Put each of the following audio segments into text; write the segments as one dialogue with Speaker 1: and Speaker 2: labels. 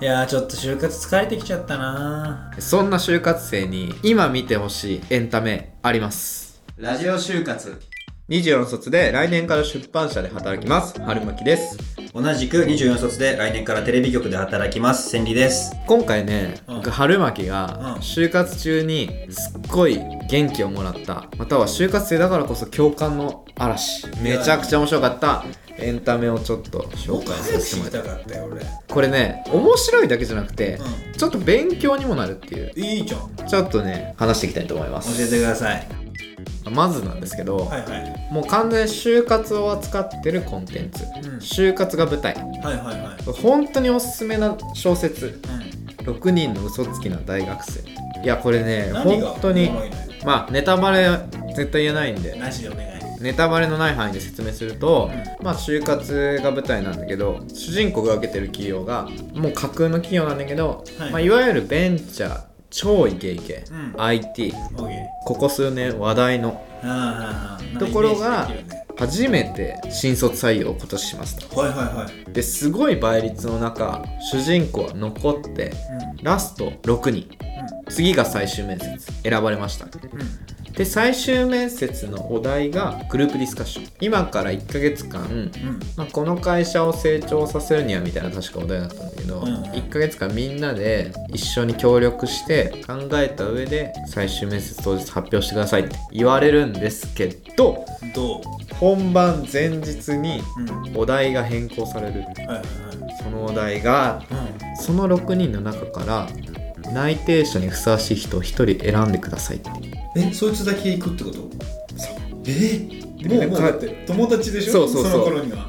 Speaker 1: いやーちょっと就活疲れてきちゃったな
Speaker 2: そんな就活生に今見てほしいエンタメあります
Speaker 3: ラジオ就活
Speaker 2: 24卒で来年から出版社で働きます春巻です
Speaker 3: 同じく24卒で来年からテレビ局で働きます千里です
Speaker 2: 今回ね、
Speaker 1: うん
Speaker 2: 僕春巻
Speaker 1: う
Speaker 2: が
Speaker 1: ん
Speaker 2: 就活中にすっごい元気をもらったまたは就活生だからこそ共感の嵐めちゃくちゃ面白かったエンタメをちょっと紹介させてもらいた
Speaker 1: か
Speaker 2: い
Speaker 1: ったよ俺
Speaker 2: これね面白いだけじゃなくて、
Speaker 1: う
Speaker 2: ちょっと勉強にもなるっていう
Speaker 1: いいじゃん教
Speaker 2: ちょっとね話していきたいと思いま
Speaker 1: えて
Speaker 2: す
Speaker 1: ください
Speaker 2: まずなんですけど、
Speaker 1: いはい
Speaker 2: もう完全に就活を扱ってるコンテンツ、
Speaker 1: ん
Speaker 2: 就活が舞台
Speaker 1: はいはいはい
Speaker 2: 本当におすすめな小説
Speaker 1: うん
Speaker 2: 「6人の嘘つきな大学生」いやこれね
Speaker 1: 何が
Speaker 2: 本当に
Speaker 1: おもろいのよ
Speaker 2: まあネタバレ絶対言えないんで
Speaker 1: なしでお願い
Speaker 2: ネタバレのない範囲で説明すると、まあ就活が舞台なんだけど主人公が受けてる企業がもう架空の企業なんだけど、
Speaker 1: はい
Speaker 2: いまあ、いわゆるベンチャー超イケイケ、
Speaker 1: うん
Speaker 2: IT
Speaker 1: オーケー
Speaker 2: ここ数年話題の
Speaker 1: あーあーあー
Speaker 2: ところが
Speaker 1: イメージできるね
Speaker 2: 初めて新卒採用を今年しました
Speaker 1: はいはいはい
Speaker 2: ですごい倍率の中主人公は残ってラスト6人次が最終面接選ばれました
Speaker 1: うんうんうん
Speaker 2: で最終面接のお題がグループディスカッション今から1ヶ月間、
Speaker 1: うん
Speaker 2: まあ、この会社を成長させるにはみたいな確かお題だったんだけど、
Speaker 1: うん
Speaker 2: 1ヶ月間みんなで一緒に協力して考えた上で最終面接当日発表してくださいって言われるんですけど
Speaker 1: どう
Speaker 2: 本番前日に
Speaker 1: うんは
Speaker 2: お題が変更される
Speaker 1: いはい
Speaker 2: そのお題が
Speaker 1: はい
Speaker 2: その6人の中から内定者にふさわしい人を1人選んでくださいって
Speaker 3: えそいつだけ行くってことえ
Speaker 2: でみんな帰って
Speaker 1: て友達で
Speaker 2: そうそうそう
Speaker 1: には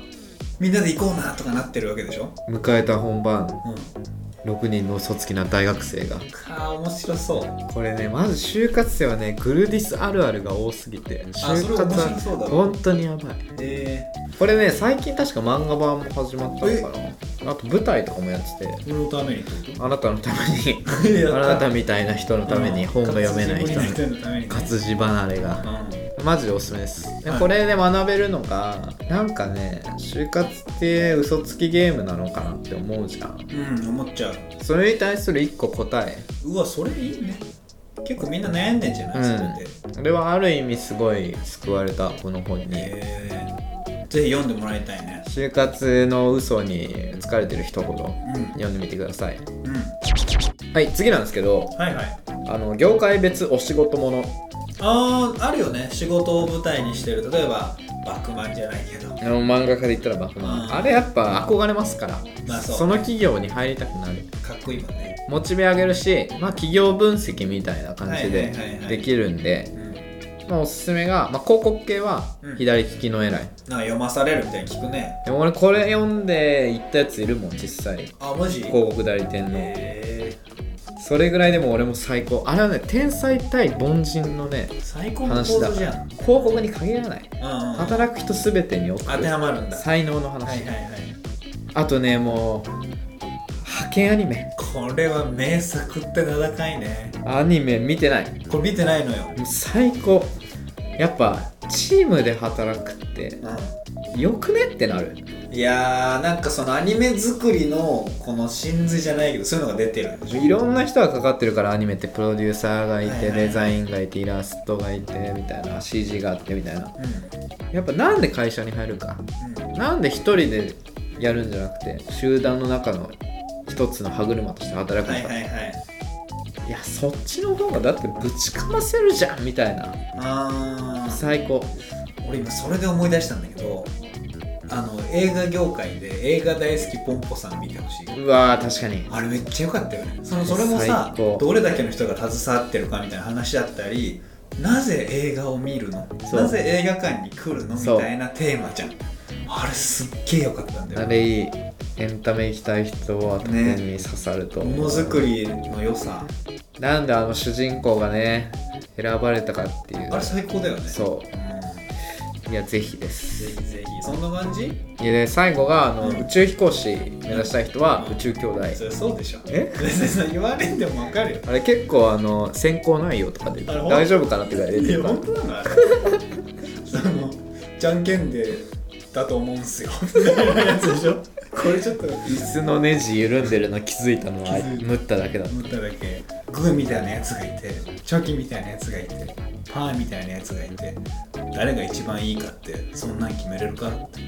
Speaker 1: みんなで行こうなとかなってるわけでしょ
Speaker 2: 迎えた本番
Speaker 1: うん
Speaker 2: 6人の嘘つきな大学生が
Speaker 1: か面白そう
Speaker 2: これねまず就活生はねグルディスあるあるが多すぎて
Speaker 1: あそれ
Speaker 2: 就活
Speaker 1: 面白
Speaker 2: は
Speaker 1: そうだわ
Speaker 2: 本当にやばい
Speaker 1: え
Speaker 2: これね最近確か漫画版も始まったのかなあと舞台とかもやってて
Speaker 1: ー、俺のためにってこと
Speaker 2: あなたのために
Speaker 1: いや
Speaker 2: あなたみたいな人のために本が読めない人の
Speaker 1: 活字のためにね
Speaker 2: 活字離れが
Speaker 1: う
Speaker 2: マジでおすすめです、で
Speaker 1: はい
Speaker 2: これで学べるのがなんかね就活って嘘つきゲームなのかなって思うじゃん
Speaker 1: ん、うん、思っちゃう
Speaker 2: それに対する一個答え
Speaker 1: うわそれいいね結構みんな悩んでんじゃない、
Speaker 2: うん
Speaker 1: それで
Speaker 2: それはある意味すごい救われたこの本に
Speaker 1: えー、ぜひ読んでもらいたいね
Speaker 2: 就活の嘘に疲れてる人ほど
Speaker 1: う
Speaker 2: 読んでみてくださ
Speaker 1: ん
Speaker 2: い
Speaker 1: うん
Speaker 2: はい次なんですけど
Speaker 1: はいはい
Speaker 2: あの業界別お仕事もの
Speaker 1: あーあるよね仕事を舞台にしてる例えばバックマンじゃないけど
Speaker 2: あの漫画家で言ったらバフマ
Speaker 1: う
Speaker 2: ン
Speaker 1: ん
Speaker 2: あれやっぱ憧れますから、
Speaker 1: まあそう
Speaker 2: その企業に入りたくなる
Speaker 1: かっこいいもんね
Speaker 2: モチベ上げるし、まあ、企業分析みたいな感じ
Speaker 1: はい
Speaker 2: で
Speaker 1: はいはいはい
Speaker 2: できるんで、
Speaker 1: うん
Speaker 2: まあ、おすすめが、まあ、広告系は
Speaker 1: うん
Speaker 2: 左利きの偉い、
Speaker 1: なんか読まされるみたいに聞くね
Speaker 2: でも俺これ読んで行ったやついるもん実際
Speaker 1: あマジ
Speaker 2: 広告代理店の
Speaker 1: え
Speaker 2: それぐらいでも俺も最高あれはね天才対凡人のね
Speaker 1: ー、最高の構
Speaker 2: 話だ
Speaker 1: 図じ
Speaker 2: から
Speaker 1: ゃん
Speaker 2: 広告に限らない
Speaker 1: うんうん、うん、
Speaker 2: 働く人全てに送
Speaker 1: 当て
Speaker 2: る
Speaker 1: はまるんだは
Speaker 2: 才能の
Speaker 1: い
Speaker 2: 話、
Speaker 1: はいはい
Speaker 2: あとねもう派遣アニメ
Speaker 1: これは名作って名高いね
Speaker 2: アニメ見てない
Speaker 1: これ見てないのよ
Speaker 2: もう最高やっぱチームで働くってよくねってなる
Speaker 1: いやーなんかそのアニメ作りのこの真髄じゃないけどそういうのが出てるんでしょ
Speaker 2: いろんな人がかかってるからアニメってプロデューサーがい
Speaker 1: はいはい
Speaker 2: て
Speaker 1: はい
Speaker 2: デザインがいてイラストがいてみたいな CG があってみたいな
Speaker 1: うん
Speaker 2: やっぱなんで会社に入るかなんで一人でやるんじゃなくて集団の中の一つの歯車として働く
Speaker 1: は
Speaker 2: の
Speaker 1: い
Speaker 2: か、
Speaker 1: はい
Speaker 2: い
Speaker 1: はい
Speaker 2: やそっちの方がだってぶちかませるじゃんみたいな
Speaker 1: あー
Speaker 2: 最高
Speaker 1: 俺今それで思い出したんだけどあの映画業界で映画大好きポンポさん見てほしいう
Speaker 2: わー確かに
Speaker 1: あれめっちゃ良かったよねそのそれもさ
Speaker 2: 最高
Speaker 1: どれだけの人が携わってるかみたいな話だったりなぜ映画を見るの
Speaker 2: そう
Speaker 1: なぜ映画館に来るのみ
Speaker 2: そう
Speaker 1: たいなテーマじゃんあれすっげえ良かったんだ
Speaker 2: あ
Speaker 1: よ
Speaker 2: れいいエンタメ行きたい人は特に刺さると
Speaker 1: も
Speaker 2: 思う
Speaker 1: のづくりの良さ
Speaker 2: なんであの主人公がね選ばれたかっていう
Speaker 1: あれ最高だよねう
Speaker 2: そ
Speaker 1: ん
Speaker 2: ういやぜひです
Speaker 1: ぜひぜひそんな感じ
Speaker 2: いやで最後があの、
Speaker 1: うん
Speaker 2: 宇宙飛行士目指したい人は
Speaker 1: うん
Speaker 2: 宇宙兄弟、
Speaker 1: それそうでしょ
Speaker 2: え
Speaker 1: 別にさ言われんでも分かるよ
Speaker 2: あれ結構あの選考内容とかで
Speaker 1: あれほん
Speaker 2: 大丈夫かなってぐらい出
Speaker 1: い
Speaker 2: て
Speaker 1: や
Speaker 2: るから
Speaker 1: 本当なのあれ そのじゃんけんでだと思うんすよみたいなやつでしょこれちょっと
Speaker 2: 椅子のネジ緩んでるの気づいたのは
Speaker 1: 気づいた
Speaker 2: 縫っただけだった
Speaker 1: 思っただけグーみたいなやつがいてチョキみたいなやつがいてパーみたいなやつがいて誰が一番いいかってそんなん決めれるかって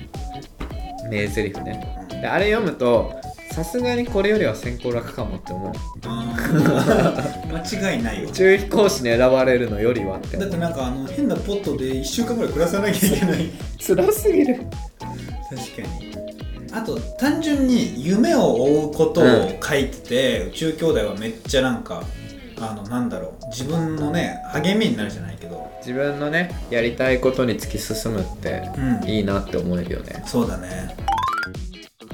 Speaker 2: 名台詞ねであれ読むとさすがにこれよりは先行楽かもって思う
Speaker 1: あー間違いないよ
Speaker 2: 宇宙飛行士に選ばれるのよりはって
Speaker 1: だってなんかあの変なポットで1週間ぐらい暮らさなきゃいけない
Speaker 2: 辛すぎる
Speaker 1: 確かにあと単純に夢を追うことを書いてて、宇宙兄弟はめっちゃなんかあのなんだろう自分のね励みになるじゃないけど
Speaker 2: 自分のねやりたいことに突き進むって
Speaker 1: うん
Speaker 2: いいなって思えるよね
Speaker 1: そうだね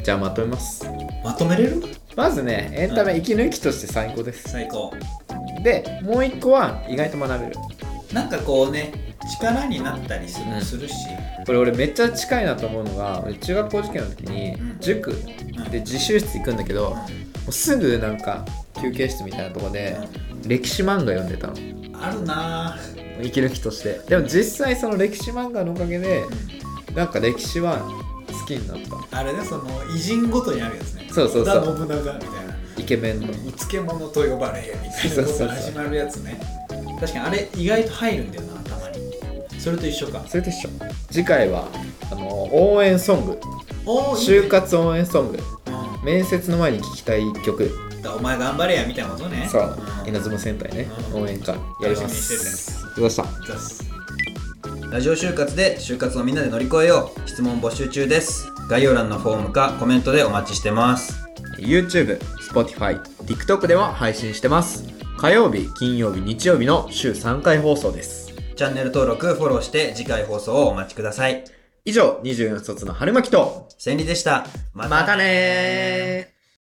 Speaker 2: じゃあまとめます
Speaker 1: まとめれる
Speaker 2: まずねエンタメ息抜きとして最高です
Speaker 1: 最高
Speaker 2: でもう一個は意外と学べる
Speaker 1: なんかこうね力になったりする,、
Speaker 2: うん
Speaker 1: するし、
Speaker 2: これ俺めっちゃ近いなと思うのが俺中学校受験の時に
Speaker 1: うん
Speaker 2: 塾
Speaker 1: うん
Speaker 2: で自習室行くんだけどもうすぐなんか休憩室みたいなとこで歴史漫画読んでたの
Speaker 1: うんあるなぁ
Speaker 2: 息抜きとしてでも実際その歴史漫画のおかげでなんか歴史は好きになった
Speaker 1: あれねその偉人ごとにあるやつね
Speaker 2: そうそうそう
Speaker 1: 織田信長みたいな
Speaker 2: イケメンの
Speaker 1: お漬物と呼ばれみたいなことが始まるやつね確かにあれ意外と入るんだよな頭にそれと一緒か
Speaker 2: それでしょ次回はあの応援ソング
Speaker 1: おお
Speaker 2: 就活応援ソング
Speaker 1: う
Speaker 2: 面接の前に聴きたい曲
Speaker 1: んだお前頑張れやみたいなことね
Speaker 2: そう
Speaker 1: うん
Speaker 2: 稲妻戦隊ね
Speaker 1: うん
Speaker 2: 応援歌やり
Speaker 1: 楽し
Speaker 2: ま
Speaker 1: みにして
Speaker 2: すどうした
Speaker 1: ざっす
Speaker 3: ラジオ就活で就活をみんなで乗り越えよう質問募集中です概要欄のフォームかコメントでお待ちしてます
Speaker 2: YouTube、Spotify、TikTok では配信してます火曜日、金曜日、日曜日の週3回放送です
Speaker 3: チャンネル登録フォローして次回放送をお待ちください
Speaker 2: 以上24卒の春巻きと
Speaker 3: 千里でしたま
Speaker 2: またねー